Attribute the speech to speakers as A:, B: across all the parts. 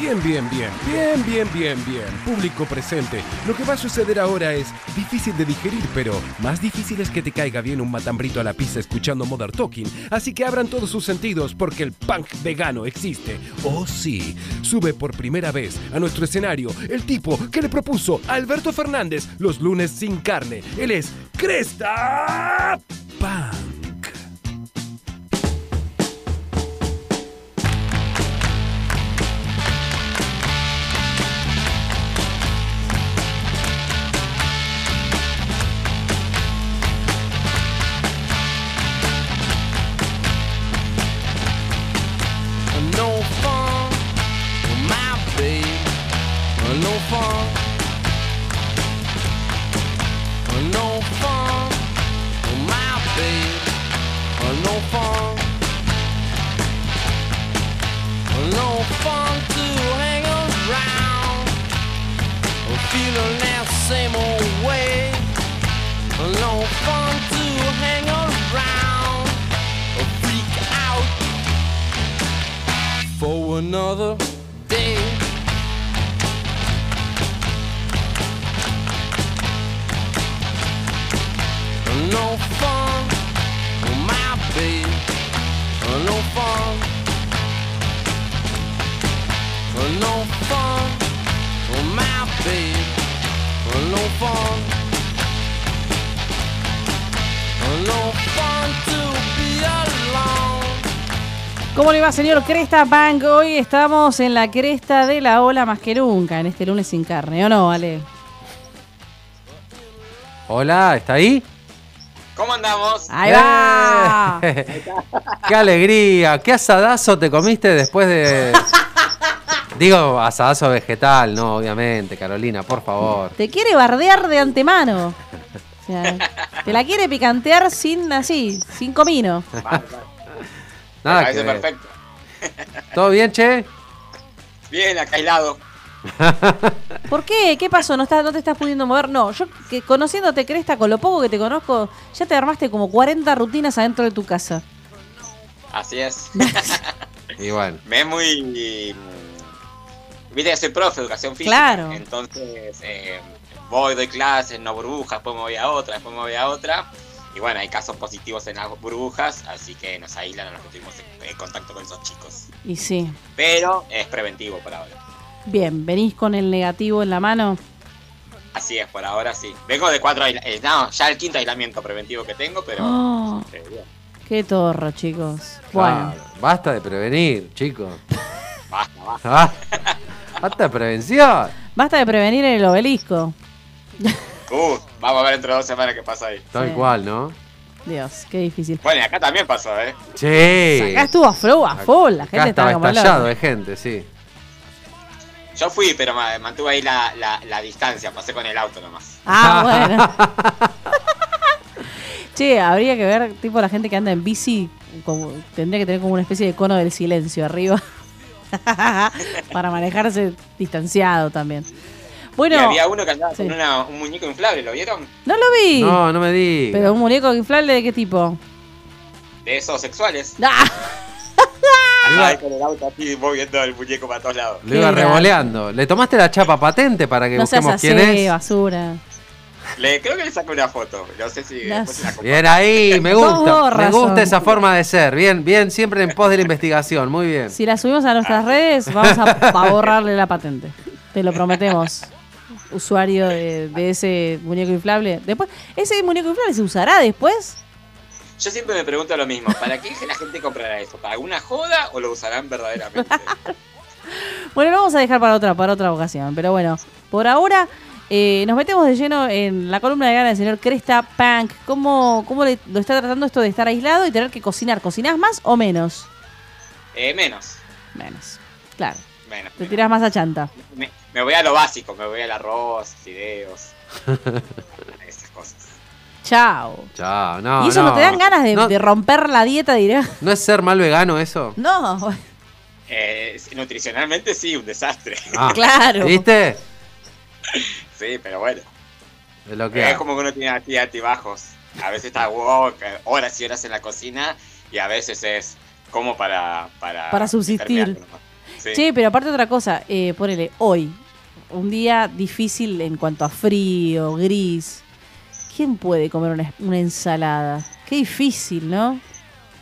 A: Bien, bien, bien, bien, bien, bien, bien. Público presente. Lo que va a suceder ahora es difícil de digerir, pero más difícil es que te caiga bien un matambrito a la pizza escuchando Modern Talking. Así que abran todos sus sentidos porque el punk vegano existe. Oh sí. Sube por primera vez a nuestro escenario el tipo que le propuso a Alberto Fernández los lunes sin carne. Él es Cresta Punk.
B: no fun for my babe. No fun. No fun for my babe. No fun. No fun to hang around. Feeling that same old way. No fun to hang around. Freak out for another day. No fun, my babe. No fun. No fun, my babe. No fun. No fun to be alone.
C: ¿Cómo le va, señor Cresta Bank? Hoy estamos en la cresta de la ola más que nunca, en este lunes sin carne, ¿o no, Ale?
D: Hola, ¿está ahí?
E: ¿Cómo andamos?
C: ¡Ahí va!
D: Eh. ¡Qué alegría! ¿Qué asadazo te comiste después de...? Digo, asadazo vegetal, no, obviamente, Carolina, por favor.
C: Te quiere bardear de antemano. O sea, te la quiere picantear sin así, sin comino.
E: Me
D: Nada que
E: parece
D: ver.
E: perfecto.
D: ¿Todo bien, che?
E: Bien, acá aislado.
C: ¿Por qué? ¿Qué pasó? ¿No, estás, ¿No te estás pudiendo mover? No, yo que conociéndote, Cresta, con lo poco que te conozco, ya te armaste como 40 rutinas adentro de tu casa.
E: Así es.
D: Y bueno,
E: Me es muy. mm, Viste que soy profe de educación física.
C: Claro.
E: Entonces, eh, voy, doy clases, no burbujas, después me voy a otra, después me voy a otra. Y bueno, hay casos positivos en las burbujas, así que nos aíslan a los que tuvimos eh, contacto con esos chicos.
C: Y sí.
E: Pero es preventivo por ahora.
C: Bien, venís con el negativo en la mano.
E: Así es, por ahora sí. Vengo de cuatro aisla- eh, No, ya el quinto aislamiento preventivo que tengo, pero.
C: Oh,
E: eh, bien.
C: qué torro, chicos.
D: Ah.
C: Bueno.
D: claro, basta de prevenir, chicos.
E: Basta, basta.
D: Ah, Basta de prevención.
C: Basta de prevenir el obelisco.
E: Uh, vamos a ver entre dos semanas qué pasa ahí.
D: Tal
C: Sí.
D: cual, ¿no?
C: Dios, qué difícil.
E: Bueno, y acá también pasó, ¿eh?
D: Che.
C: Acá estuvo a flow, a full. La
D: Acá
C: gente
D: estaba
C: estaba como
D: estallado eh.
C: loca.
D: de gente, sí.
E: Yo fui, pero ma- mantuve ahí la, la- la distancia, pasé con el auto nomás.
C: Ah, bueno. che, habría que ver, tipo, la gente que anda en bici. como- tendría que tener como una especie de cono del silencio arriba. Para manejarse distanciado también. Bueno,
E: y había uno que andaba
C: sí.
E: con una- un muñeco inflable, ¿lo vieron?
C: no lo vi.
D: No, no me di.
C: Pero un muñeco inflable de qué tipo.
E: De esos sexuales.
C: ¡Ah!
E: Andaba ahí con el auto así moviendo el muñeco para todos lados.
D: Lo iba
C: Qué
D: revoleando. ¿Le tomaste la chapa patente para que
C: No seas
D: busquemos
C: así,
D: quién es?
C: basura.
E: Le, creo que le saqué una foto, no sé si
C: No
E: después se la comparto.
D: Bien ahí, me
C: Dos
D: gusta. Me
C: gorras son.
D: gusta esa forma de ser. Bien, bien, siempre en pos de la investigación. Muy bien.
C: Si la subimos a nuestras redes, vamos a, a borrarle la patente. Te lo prometemos. Usuario de, de ese muñeco inflable. Después, ¿ese muñeco inflable se usará después?
E: Yo siempre me pregunto lo mismo, ¿para qué la gente comprará eso? ¿Para alguna joda o lo usarán verdaderamente?
C: Bueno, lo vamos a dejar para otra, para otra ocasión. Pero bueno, por ahora eh, nos metemos de lleno en la columna de gana del señor Cresta Punk. ¿Cómo, cómo le- lo está tratando esto de estar aislado y tener que cocinar? ¿Cocinás más o menos?
E: Eh, menos.
C: Menos. Claro,
E: Menos.
C: te tirás más a chanta.
E: Me, me voy a lo básico, me voy al arroz, fideos, esas cosas.
C: Chao.
D: Chao, no.
C: ¿Y eso no, te dan ganas de,
D: no,
C: de romper la dieta, dirás?
D: ¿no es ser mal vegano eso?
C: No, bueno.
E: Eh, nutricionalmente sí, un desastre.
D: Ah,
C: Claro.
D: ¿Viste?
E: Sí, pero bueno.
D: De lo que
E: Es
D: hay.
E: como que uno tiene así altibajos. A veces está wow, horas y horas en la cocina y a veces es como para... Para,
C: Para subsistir.
E: intermedio nomás. Sí.
C: Sí, pero aparte otra cosa, eh, ponele, hoy, un día difícil en cuanto a frío, gris. ¿Quién puede comer una, una ensalada? Qué difícil, ¿no?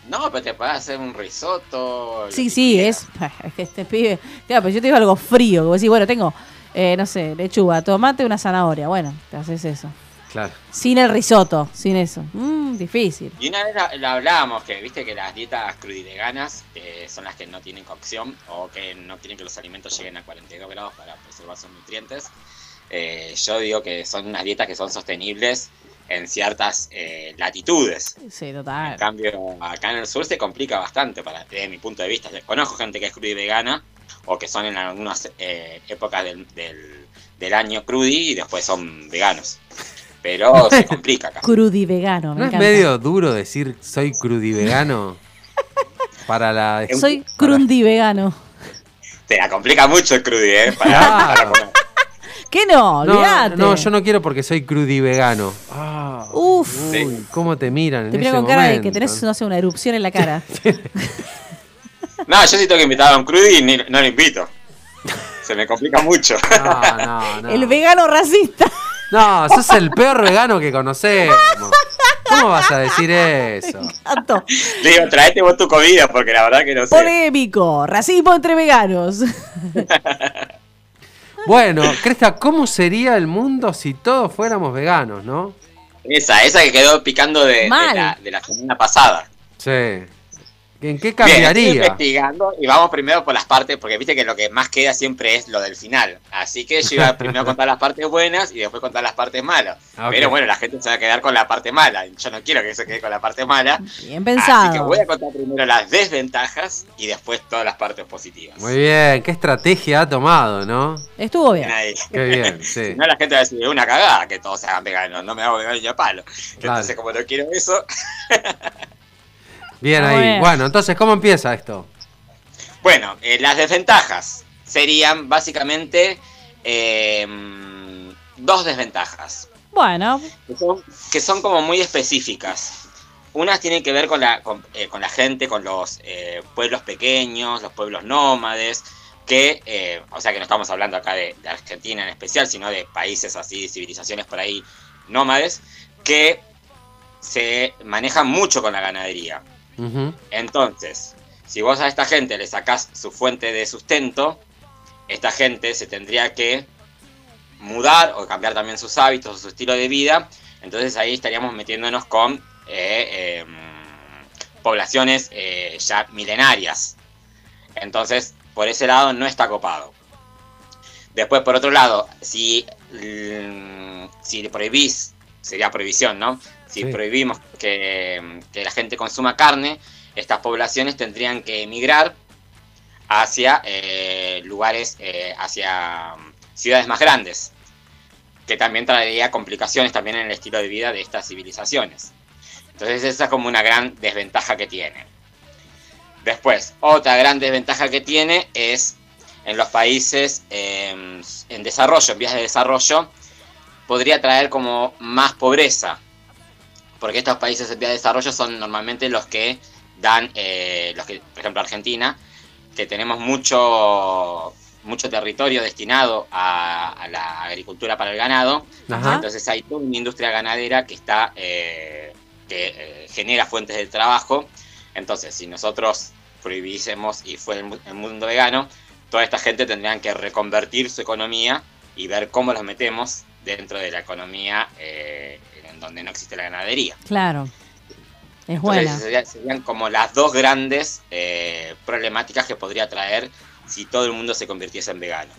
E: No, pero te podés hacer un risotto. lo
C: Sí,
E: que
C: sí,
E: quieras.
C: es. Este pibe. Claro, pero yo te digo algo frío. Como decir, bueno, tengo, eh, no sé, lechuga, tomate, una zanahoria. Bueno, te haces eso.
D: Claro.
C: Sin el risotto, sin eso. Mm, difícil.
E: Y una vez la- lo hablábamos, que viste que las dietas crudiveganas eh, son las que no tienen cocción o que no quieren que los alimentos lleguen a 42 grados para preservar sus nutrientes. Eh, yo digo que son unas dietas que son sostenibles en ciertas eh, latitudes.
C: Sí,
E: En
C: total.
E: cambio, acá en el sur se complica bastante, para, desde mi punto de vista. Conozco gente que es crudi vegana o que son en algunas eh, épocas del, del- del año crudi y después son veganos. Pero se complica acá.
C: Crudi vegano, me
D: ¿No es
C: encanta.
D: medio duro decir soy crudivegano? Para la.
C: Soy crundi vegano.
E: Te la complica mucho el crudi, ¿eh? Para-
D: Claro.
C: ¿Qué no?
D: No,
C: Olvídate.
D: no, yo no quiero porque soy crudivegano.
C: Uf.
D: Uy, ¿Cómo te miran? en
C: Te miro
D: ese
C: con cara de
D: momento?
C: que tenés, no sé, una erupción en la cara.
E: No, yo sí tengo que invitar a un crudi y ni- no lo invito. Se me complica mucho.
D: No, no, no.
C: El vegano racista.
D: No, sos el peor vegano que conocemos. ¿Cómo vas a decir eso?
C: Tanto.
E: Le digo, traete vos tu comida porque la verdad que no
C: e-
E: sé.
C: Polémico. Racismo entre veganos.
D: Bueno, Cresta, ¿cómo sería el mundo si todos fuéramos veganos, no?
E: Esa, esa que quedó picando de, de
C: Mal.
E: la, de la semana pasada.
D: Sí. ¿En qué
E: Bien, estoy
D: cambiaría?
E: investigando y vamos primero por las partes, porque viste que lo que más queda siempre es lo del final. Así que yo iba primero a contar las partes buenas y después contar las partes malas.
D: Ah, ok.
E: Pero bueno, la gente se va a quedar con la parte mala. Yo no quiero que se quede con la parte mala.
C: Bien
E: Así Ah, que
C: pensado.
E: voy a contar primero las desventajas y después todas las partes positivas.
D: Muy bien, qué estrategia ha tomado, ¿no?
C: Estuvo bien.
E: Bien ahí.
D: Qué bien, sí.
E: Si no, la gente va a decir, es una cagada que todos se hagan veganos, no me hago vegano ni a palo. Entonces,
D: Claro.
E: como no quiero eso,
D: Bien
C: Muy
D: ahí.
C: bien.
D: Bueno, entonces, ¿cómo empieza esto?
E: Bueno, eh, las desventajas serían básicamente eh, dos desventajas,
C: Bueno,
E: que son, que son como muy específicas. Unas tienen que ver con la, con, eh, con la gente, con los eh, pueblos pequeños, los pueblos nómades, que, eh, o sea que no estamos hablando acá de, de Argentina en especial, sino de países así, civilizaciones por ahí nómades, que se manejan mucho con la ganadería.
D: Ujú.
E: Entonces, si vos a esta gente le sacás su fuente de sustento, esta gente se tendría que mudar o cambiar también sus hábitos, su estilo de vida. Entonces ahí estaríamos metiéndonos con eh, eh, poblaciones eh, ya milenarias. Entonces, por ese lado no está copado. Después, por otro lado, si, mm, si le prohibís, sería prohibición, ¿no? Si
D: Sí.
E: prohibimos que, que la gente consuma carne, estas poblaciones tendrían que emigrar hacia eh, lugares, eh, hacia mm, ciudades más grandes, que también traería complicaciones también en el estilo de vida de estas civilizaciones. Entonces esa es como una gran desventaja que tiene. Después, otra gran desventaja que tiene es en los países eh, en desarrollo, en vías de desarrollo, podría traer como más pobreza, porque estos países en vías de desarrollo son normalmente los que dan, eh, los que, por ejemplo, Argentina, que tenemos mucho, mucho territorio destinado a, a la agricultura para el ganado,
D: Ajá.
E: entonces hay toda una industria ganadera que está eh, que eh, genera fuentes de trabajo. Entonces, si nosotros prohibiésemos y fuera el, mu- el mundo vegano, toda esta gente tendrían que reconvertir su economía y ver cómo los metemos dentro de la economía eh, en donde no existe la ganadería.
C: claro. Es
E: Entonces,
C: buena.
E: sería- serían como las dos grandes eh, problemáticas que podría traer si todo el mundo se convirtiese en vegano.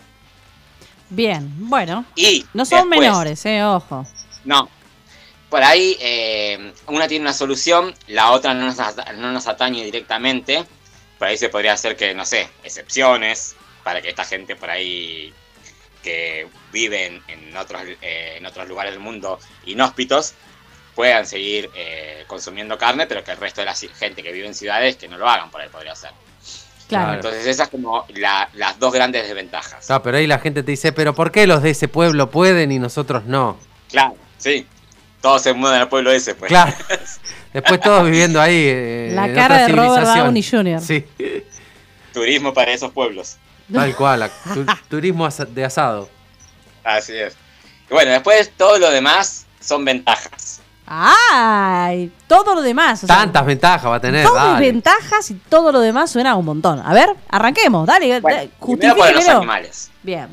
C: Bien, bueno.
E: Y
C: No son
E: después,
C: menores, eh, ojo.
E: No. Por ahí eh, una tiene una solución, la otra no nos, ata- no nos atañe directamente. Por ahí se podría hacer que, no sé, excepciones para que esta gente por ahí que vive en, en otros, eh, en otros lugares del mundo inhóspitos puedan seguir eh, consumiendo carne, pero que el resto de la ci- gente que vive en ciudades que no lo hagan, por ahí podría ser.
C: Claro.
E: Entonces esas como la- las dos grandes desventajas.
D: Ah, pero ahí la gente te dice, pero ¿por qué los de ese pueblo pueden y nosotros no?
E: Claro, sí. Todos se mudan al pueblo ese, pues.
D: Claro. Después todos viviendo ahí. eh,
C: La
D: en
C: cara
D: otra
C: de Robert
D: civilización.
C: Downey Jr.
D: Sí.
E: turismo para esos pueblos.
D: Tal cual, la- tu- turismo asa- de asado.
E: Así es. Y bueno, después todo lo demás son ventajas.
C: ¡Ay! Todo lo demás. o sea,
D: Tantas ventajas va a tener.
C: Todas mis
D: dale.
C: ventajas y todo lo demás suena un montón. A ver, arranquemos, dale,
E: Bueno,
C: dale,
E: primero por los
C: justifíquemelo.
E: animales.
C: Bien.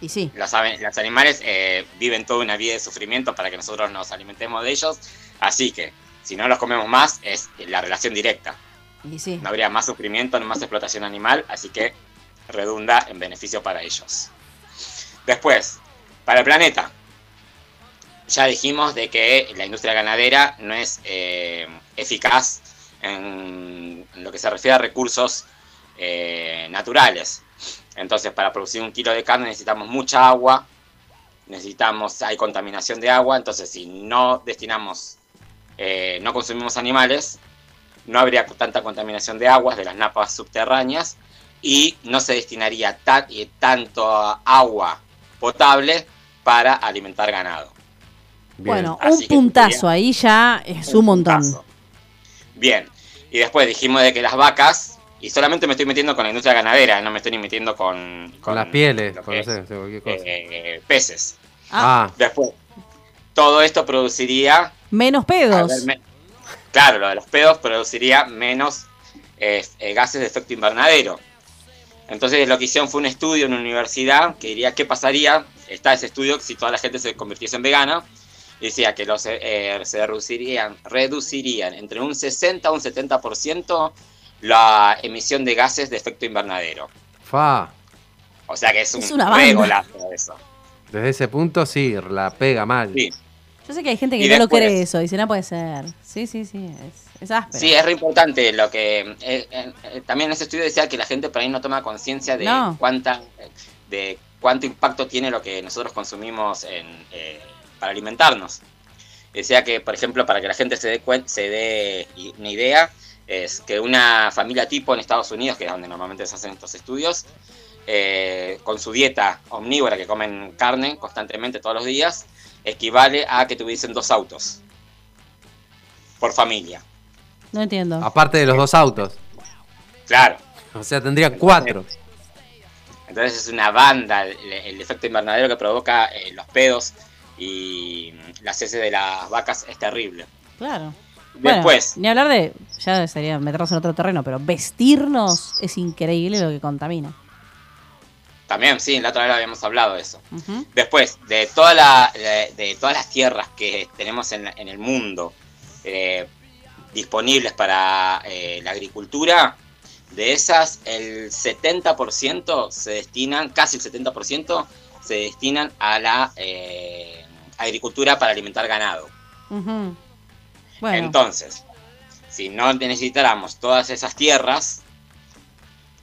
C: Y sí.
E: Los, ave- los animales eh, viven toda una vida de sufrimiento para que nosotros nos alimentemos de ellos. Así que, si no los comemos más, es la relación directa.
C: Y sí.
E: No habría más sufrimiento, no más explotación animal, así que redunda en beneficio para ellos. Después, para el planeta. Ya dijimos de que la industria ganadera no es eh, eficaz en lo que se refiere a recursos eh, naturales. Entonces, para producir un kilo de carne necesitamos mucha agua, necesitamos, hay contaminación de agua, entonces si no destinamos, eh, no consumimos animales, no habría tanta contaminación de aguas de las napas subterráneas y no se destinaría ta- eh, tanto agua potable para alimentar ganado.
D: Bien.
C: Bueno,
E: Así
C: un
E: que
C: puntazo
E: sería
C: ahí ya es un montón.
E: Paso. Bien, y después dijimos de que las vacas, y solamente me estoy metiendo con la industria ganadera, no me estoy ni metiendo con...
D: Con las pieles,
E: lo
D: con
E: que
D: no sé,
E: es,
D: sí, cualquier cosa.
E: eh, peces.
D: Ah,
E: Después, todo esto produciría
C: Menos pedos.
E: a ver, me- Claro, lo de los pedos produciría menos eh, eh, gases de efecto invernadero. Entonces lo que hicieron fue un estudio en una universidad que diría qué pasaría, está ese estudio, si toda la gente se convirtiese en vegana, y decía que los, eh, eh, se reducirían, reducirían entre un 60 a un 70% la emisión de gases de efecto invernadero.
D: fa.
E: O sea que es un
C: Es una banda.
E: re golazo eso.
D: Desde ese punto sí, la pega mal.
E: Sí.
C: Yo sé que hay gente que
E: Y
C: no lo
E: después-
C: cree eso. Dice, no puede ser. Sí, sí, sí. Es, es áspero.
E: Sí, es re importante lo que eh, eh, eh, también ese estudio decía que la gente por ahí no toma conciencia de
C: No.
E: cuánta de cuánto impacto tiene lo que nosotros consumimos en, eh, para alimentarnos. Decía que, por ejemplo, para que la gente se dé cuen- se dé i- una idea, es que una familia tipo en Estados Unidos, que es donde normalmente se hacen estos estudios, eh, con su dieta omnívora que comen carne constantemente todos los días, equivale a que tuviesen dos autos por familia.
C: No entiendo.
E: Ah.
D: Aparte de los dos autos.
E: Claro.
D: O sea, tendría cuatro.
E: Entonces es una banda el, el efecto invernadero que provoca eh, los pedos y mm, las heces de las vacas es terrible.
C: Claro. Bueno,
E: Después,
C: ni hablar de. Ya sería meternos en otro terreno, pero vestirnos es increíble lo que contamina.
E: también, sí, la otra vez habíamos hablado de eso.
C: Ujú.
E: Después, de, toda la, de, de todas las tierras que tenemos en, en el mundo eh, disponibles para eh, la agricultura, de esas el 70% se destinan, casi el 70% se destinan a la eh, agricultura para alimentar ganado.
C: Ujú. Bueno,
E: Entonces, si no necesitáramos todas esas tierras,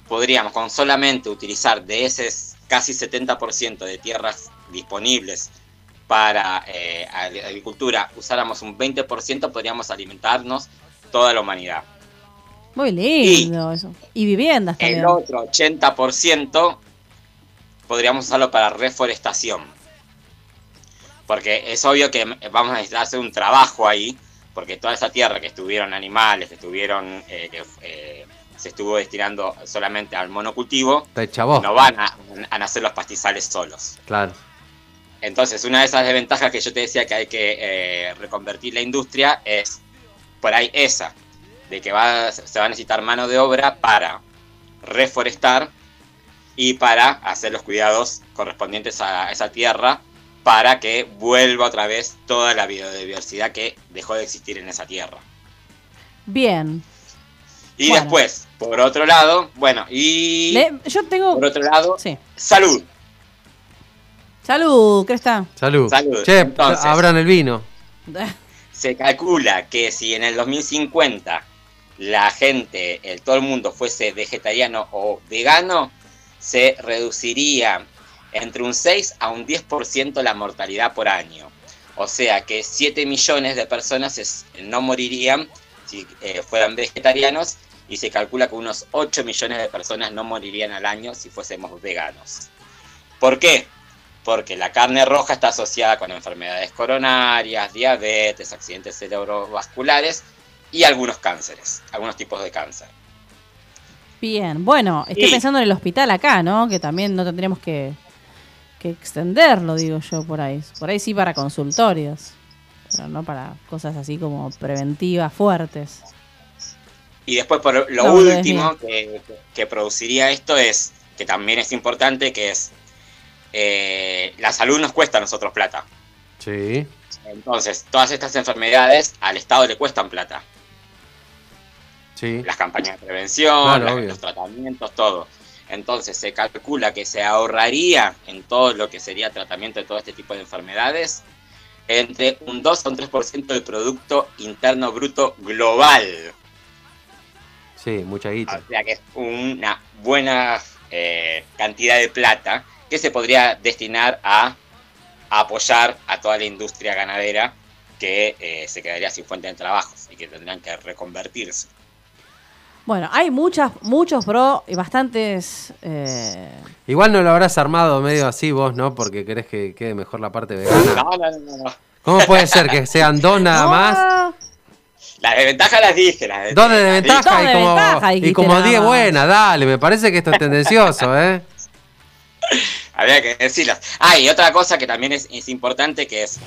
E: podríamos con solamente utilizar de ese casi 70% de tierras disponibles para eh, agri- agricultura, usáramos un 20%, podríamos alimentarnos toda la humanidad.
C: muy lindo eso. Y viviendas también.
E: El otro 80% podríamos usarlo para reforestación. Porque es obvio que vamos a necesitar hacer un trabajo ahí, porque toda esa tierra que estuvieron animales, que estuvieron, eh, que eh, se estuvo destinando solamente al monocultivo,
D: Te chavó.
E: no van a, a nacer los pastizales solos.
D: Claro.
E: Entonces, una de esas desventajas que yo te decía que hay que eh, reconvertir la industria es por ahí esa, de que va, se va a necesitar mano de obra para reforestar y para hacer los cuidados correspondientes a esa tierra para que vuelva otra vez toda la biodiversidad que dejó de existir en esa tierra.
C: Bien.
E: Y
C: Bueno.
E: después, por otro lado, bueno, y
C: Le- yo tengo.
E: por otro lado,
C: Sí.
E: salud.
C: Salud, Cresta.
D: Salud.
E: Salud.
D: Che,
E: Entonces-
D: abran el vino.
E: Se calcula que si en el 2050 la gente, el, todo el mundo fuese vegetariano o vegano, se reduciría entre un 6 a un 10% la mortalidad por año. O sea que 7 millones de personas es- no morirían si eh, fueran vegetarianos y se calcula que unos 8 millones de personas no morirían al año si fuésemos veganos. ¿Por qué? porque la carne roja está asociada con enfermedades coronarias, diabetes, accidentes cerebrovasculares y algunos cánceres, algunos tipos de cáncer.
C: Bien, bueno, estoy
E: Sí.
C: pensando en el hospital acá, ¿no? Que también no tendríamos que, que extenderlo, digo yo, por ahí. Por ahí sí para consultorios, pero no para cosas así como preventivas fuertes.
E: Y después, por lo
C: No, no es
E: último que, que produciría esto es, que también es importante, que es, eh, la salud nos cuesta a nosotros plata.
D: Sí.
E: Entonces, todas estas enfermedades al Estado le cuestan plata.
D: Sí.
E: Las campañas de prevención,
D: Claro,
E: las-
D: obvio.
E: los tratamientos, todo. Entonces, se calcula que se ahorraría en todo lo que sería tratamiento de todo este tipo de enfermedades entre un 2 a un 3% del Producto Interno Bruto Global.
D: Sí, mucha guita.
E: O sea que es una buena eh, cantidad de plata que se podría destinar a apoyar a toda la industria ganadera que eh, se quedaría sin fuente de trabajo y que tendrán que reconvertirse.
C: Bueno, hay muchas, muchos pro y bastantes... eh,
D: Igual no lo habrás armado medio así vos, ¿no? Porque querés que quede mejor la parte
E: No,
D: vegana.
E: no, no, no.
D: ¿Cómo puede ser que sean dos nada
C: no,
D: más?
E: Las desventajas las dije. Las
D: Dos de ventaja
C: Dos de
D: y como,
C: ventaja,
D: y
C: dijiste
D: como
C: nada
D: diez
C: más.
D: buenas, dale, me parece que esto es tendencioso, ¿eh?
E: Había que decirlas. Ah, y otra cosa que también es, es importante que es,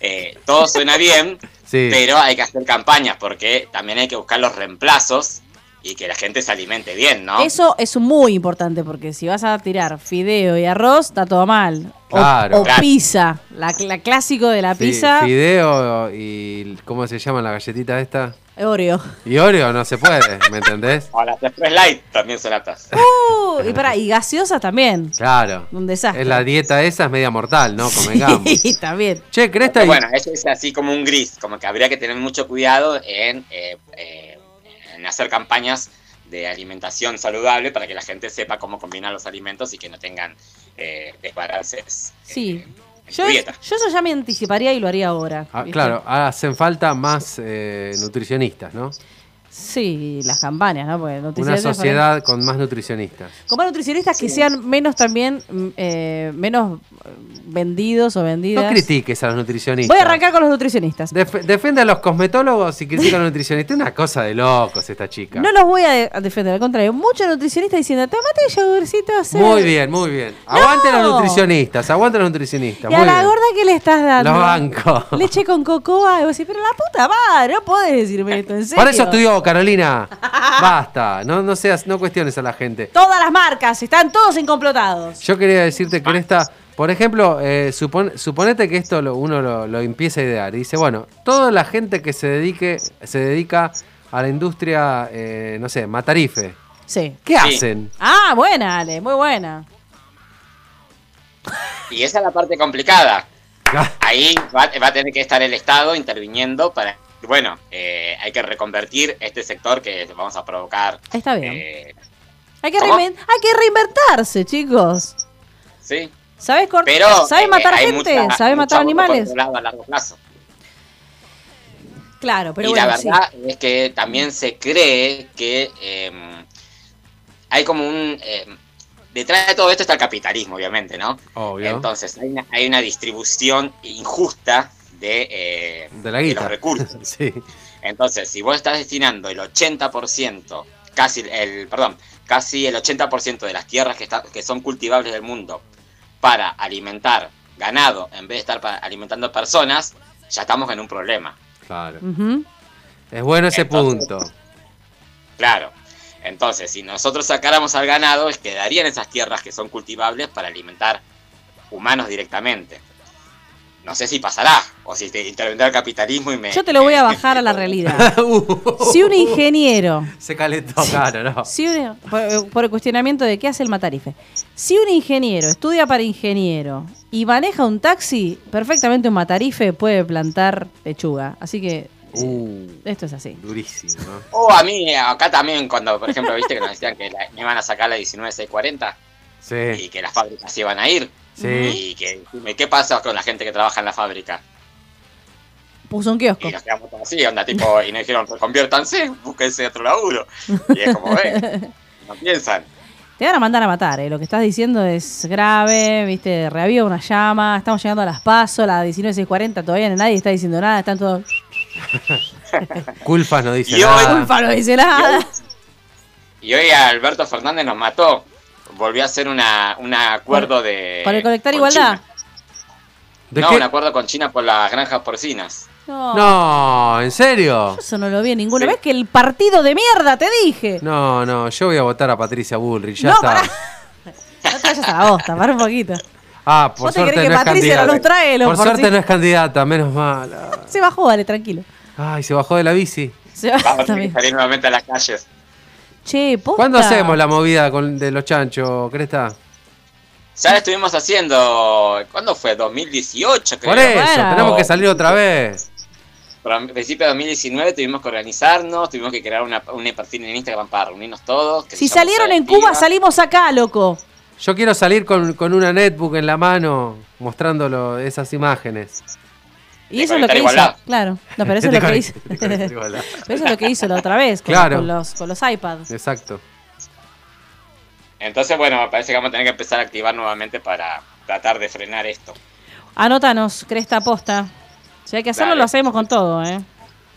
E: eh, todo suena bien,
D: Sí.
E: pero hay que hacer campañas porque también hay que buscar los reemplazos y que la gente se alimente bien, ¿no?
C: Ah, Eso es muy importante porque si vas a tirar fideo y arroz, está todo mal. O-
D: Claro.
C: O,
E: Claro.
C: pizza, la, la clásico de la
D: Fi-
C: pizza,
D: Fideo y. ¿Cómo se llama la galletita esta?
C: Oreo.
D: Y Oreo no se puede, ¿me entendés?
E: O las Express Light también son aptas.
C: Uh, y para, y gaseosas también.
D: Claro.
C: Un desastre.
D: Es la dieta esa es media mortal, ¿no? Convengamos.
C: Sí, también.
D: Che, Cresta,
E: Pero
D: y-
E: bueno, eso es así como un gris, como que habría que tener mucho cuidado en, eh, eh, en hacer campañas de alimentación saludable para que la gente sepa cómo combinar los alimentos y que no tengan eh, desbalances eh,
C: Sí.
E: en su
C: Yo,
E: dieta.
C: yo eso ya me anticiparía y lo haría ahora.
D: Ah,
C: ¿viste?
D: claro, hacen falta más eh, nutricionistas, ¿no?
C: Sí, las campañas, ¿no? Porque
D: Una
C: nutricionistas por ahí-
D: sociedad con más nutricionistas.
C: Comprar nutricionistas que sean menos también, mm, eh, menos eh, vendidos o vendidas.
D: No critiques a los nutricionistas.
C: Voy a arrancar con los nutricionistas.
D: Def- defiende a los cosmetólogos y critica a los nutricionistas. Una cosa de locos esta chica.
C: No los voy a, de- a defender, al contrario. Muchos nutricionistas diciendo, tomate el yogurcito así.
D: Muy bien, muy bien. Aguante a los nutricionistas, aguante a los nutricionistas.
C: Y a
D: muy
C: la
D: bien.
C: gorda que le estás dando.
D: Los banco.
C: Leche con cocoa. Y vos decís, pero la puta madre, no podés decirme esto, en serio.
D: Por eso estudió, Carolina. Basta, no, no seas, no cuestiones a la gente.
C: Todas las marcas, están todos incomplotados.
D: Yo quería decirte, Cresta, por ejemplo, eh, supon- suponete que esto lo- uno lo, lo empieza a idear. Y dice, bueno, toda la gente que se dedique, se dedica a la industria, eh, no sé, matarife.
C: Sí.
D: ¿Qué
E: Sí.
D: hacen?
C: Ah, buena, Ale, muy buena.
E: Y esa es la parte complicada. Ahí va, va a tener que estar el Estado interviniendo para, bueno, eh, hay que reconvertir este sector que vamos a provocar.
C: Está bien.
E: eh,
C: hay, que
E: ¿cómo?
C: reinven- hay que reinventarse, chicos.
E: sí,
C: ¿Sabes cort-
E: pero...
C: ¿Sabés
E: eh,
C: matar
E: hay
C: gente?
E: mucha-
C: ¿Sabes
E: mucho
C: matar
E: voto
C: animales?
E: controlado a largo plazo.
C: Claro, pero
E: y
C: bueno,
E: la
C: sí.
E: verdad es que también se cree que eh, hay como un... eh, detrás de todo esto está el capitalismo, obviamente, ¿no?
D: Obvio.
E: Entonces hay una, hay una distribución injusta de, eh,
D: de la
E: de los
D: guita.
E: recursos.
D: Sí.
E: Entonces, si vos estás destinando el 80%, casi el, perdón, casi el 80% de las tierras que, está- que son cultivables del mundo para alimentar ganado en vez de estar pa- alimentando personas, ya estamos en un problema.
D: Claro.
C: Ujú.
D: Es bueno ese
E: Entonces-
D: punto.
E: Claro. Entonces, si nosotros sacáramos al ganado, quedarían esas tierras que son cultivables para alimentar humanos directamente. No sé si pasará, o si te intervendrá el capitalismo y me...
C: Yo te lo voy a
E: me-
C: bajar a la realidad.
E: eh,
D: Uh,
C: Si un ingeniero
D: se calentó, claro, ¿no?
C: Si un- por, eh, por el cuestionamiento de qué hace el matarife. Si un ingeniero estudia para ingeniero y maneja un taxi, perfectamente un matarife puede plantar lechuga. Así que
D: Uh,
C: esto es así.
D: durísimo, ¿no?
E: O a mí, acá también, cuando, por ejemplo, viste que nos decían que la- me iban a sacar la 19640
D: Sí,
E: y que las fábricas se iban a ir.
D: sí.
E: Y que, decime, ¿qué pasa con la gente que trabaja en la fábrica?
C: Puso un kiosco.
E: Y nos quedamos todos así, onda, tipo, y nos dijeron, reconviértanse, búsquense otro laburo. Y es como, ven, no piensan.
C: Te van a mandar a matar, eh. lo que estás diciendo es grave, viste, reaviva una llama, estamos llegando a las pasos, la 19.640, todavía nadie está diciendo nada, están todos...
D: Culpas no dice
E: Y hoy-
D: nada.
C: Culpa, no dice nada.
E: Y hoy Alberto Fernández nos mató. Volvió a hacer una, un acuerdo de.
C: ¿Para conectar
E: con
C: igualdad?
E: China.
D: ¿De
E: no,
D: qué?
E: un acuerdo con China por las granjas porcinas.
C: No.
D: No, ¿en serio?
C: Eso no lo vi en ninguna
E: Sí.
C: vez que el partido de mierda, te dije. No,
D: No, no, yo voy a votar a Patricia Bullrich, ya
C: No,
D: está.
C: pará. te vayas a la bosta, para un poquito.
D: Ah, por
C: ¿Vos te
D: suerte
C: crees que
D: no es
C: Patricia
D: candidata.
C: no los trae, los
D: por
C: porci-
D: suerte no es candidata, menos mal. Ah.
C: Se bajó, dale, tranquilo.
D: Ay, se bajó de la bici.
C: Se va-
E: Vamos a
C: está
E: tener que
C: bien.
E: salir nuevamente a las calles.
C: Che, posta.
D: ¿Cuándo hacemos la movida con, de los chanchos, Cresta?
E: Ya la estuvimos haciendo. ¿Cuándo fue? 2018, creo.
D: Por eso,
C: Bueno.
D: tenemos que salir otra vez.
E: Pero a principios de 2019 tuvimos que organizarnos, tuvimos que crear una, un perfil en Instagram para reunirnos todos. que
C: Si
E: se llama
C: salieron en Cuba,
E: Colectiva.
C: salimos acá, loco.
D: Yo quiero salir con, con una netbook en la mano mostrándolo esas imágenes. Este
C: Y
E: De
C: eso es lo que
E: conectar
C: hizo.
E: igualdad.
C: Claro. No, pero eso es
D: De
C: lo que hizo.
D: conectar- de
C: pero
D: conectar
C: eso es lo que hizo la otra vez con,
D: Claro.
C: con los, con los iPads.
D: Exacto.
E: Entonces, bueno, me parece que vamos a tener que empezar a activar nuevamente para tratar de frenar esto.
C: Anótanos, Cresta Posta. Si hay que hacerlo,
E: Dale.
C: lo hacemos con todo, ¿eh?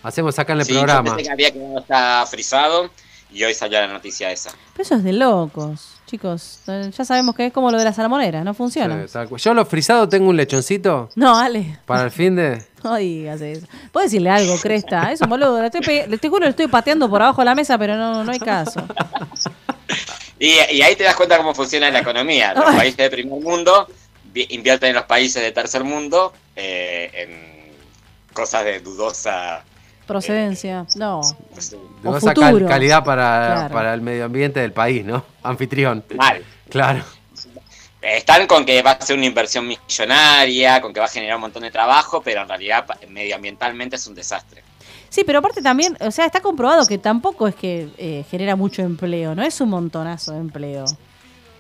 D: Hacemos acá en el
E: Sí, yo
D: programa.
E: pensé que había quedado hasta frisado y hoy salió la noticia esa.
C: Pero eso es de locos, chicos. Eh, Ya sabemos que es como lo de la salmonera, no funciona.
D: Sí, tal cual. Yo los frisados tengo un lechoncito
C: No, Ale,
D: para el fin de.
C: no digas eso. Puedes decirle algo, Cresta. Es un boludo. Le estoy, pe- le- te juro, le estoy pateando por abajo de la mesa, pero no, no hay caso.
E: Y, y ahí te das cuenta cómo funciona la economía. Los
C: Ay.
E: países de primer mundo vi- invierten en los países de tercer mundo eh, en cosas de dudosa
C: Procedencia, no.
E: no sé,
D: de
C: O
D: esa
C: futuro.
D: calidad para,
C: Claro.
D: para el medio ambiente del país, ¿no? Anfitrión.
E: mal.
D: Claro.
E: Están con que va a ser una inversión millonaria, con que va a generar un montón de trabajo, pero en realidad pa- medioambientalmente es un desastre.
C: Sí, pero aparte también, o sea, está comprobado que tampoco es que eh, genera mucho empleo, no es un montonazo de empleo.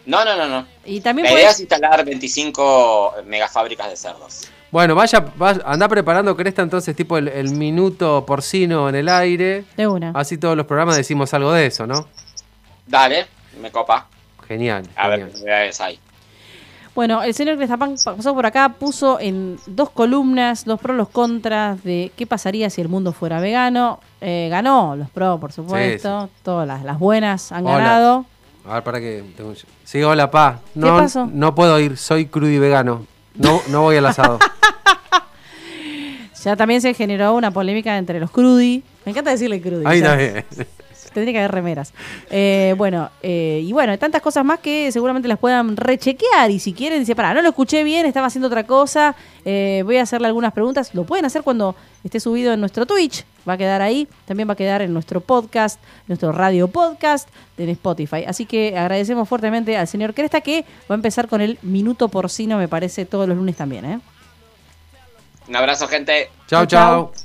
E: No, no, no, no.
C: Y también
E: La idea es
C: puedes.
E: instalar 25 megafábricas de cerdos.
D: Bueno, vaya, vaya- andá preparando, Cresta, entonces, tipo el, el minuto porcino en el aire.
C: De una.
D: Así todos los programas decimos algo de eso, ¿no?
E: Dale, me copa.
D: Genial.
E: A ver
D: genial.
E: qué novedades hay.
C: Bueno, el señor Crestapán pasó por acá, puso en dos columnas los pros, los contras de qué pasaría si el mundo fuera vegano. Eh, ganó los pros, por supuesto. Todas las, las buenas han
D: Hola.
C: ganado.
D: A ver, para que. tengo- Sí, hola, pa. No,
C: pasó?
D: no puedo ir, soy crudo y vegano. No, no voy al asado.
C: Ya también se generó una polémica entre los crudi. Me encanta decirle crudi.
D: Ahí
C: ya.
D: está bien.
C: Tendría que haber remeras. Eh, bueno, eh, y bueno, hay tantas cosas más que seguramente las puedan rechequear. Y si quieren, dice, pará, no lo escuché bien, estaba haciendo otra cosa. eh, voy a hacerle algunas preguntas. Lo pueden hacer cuando esté subido en nuestro Twitch. Va a quedar ahí. También va a quedar en nuestro podcast, nuestro radio podcast en Spotify. Así que agradecemos fuertemente al señor Cresta que va a empezar con el minuto porcino, me parece, todos los lunes también. ¿eh?
E: Un abrazo, gente.
D: Chao,
C: Chau, chau.
D: chao.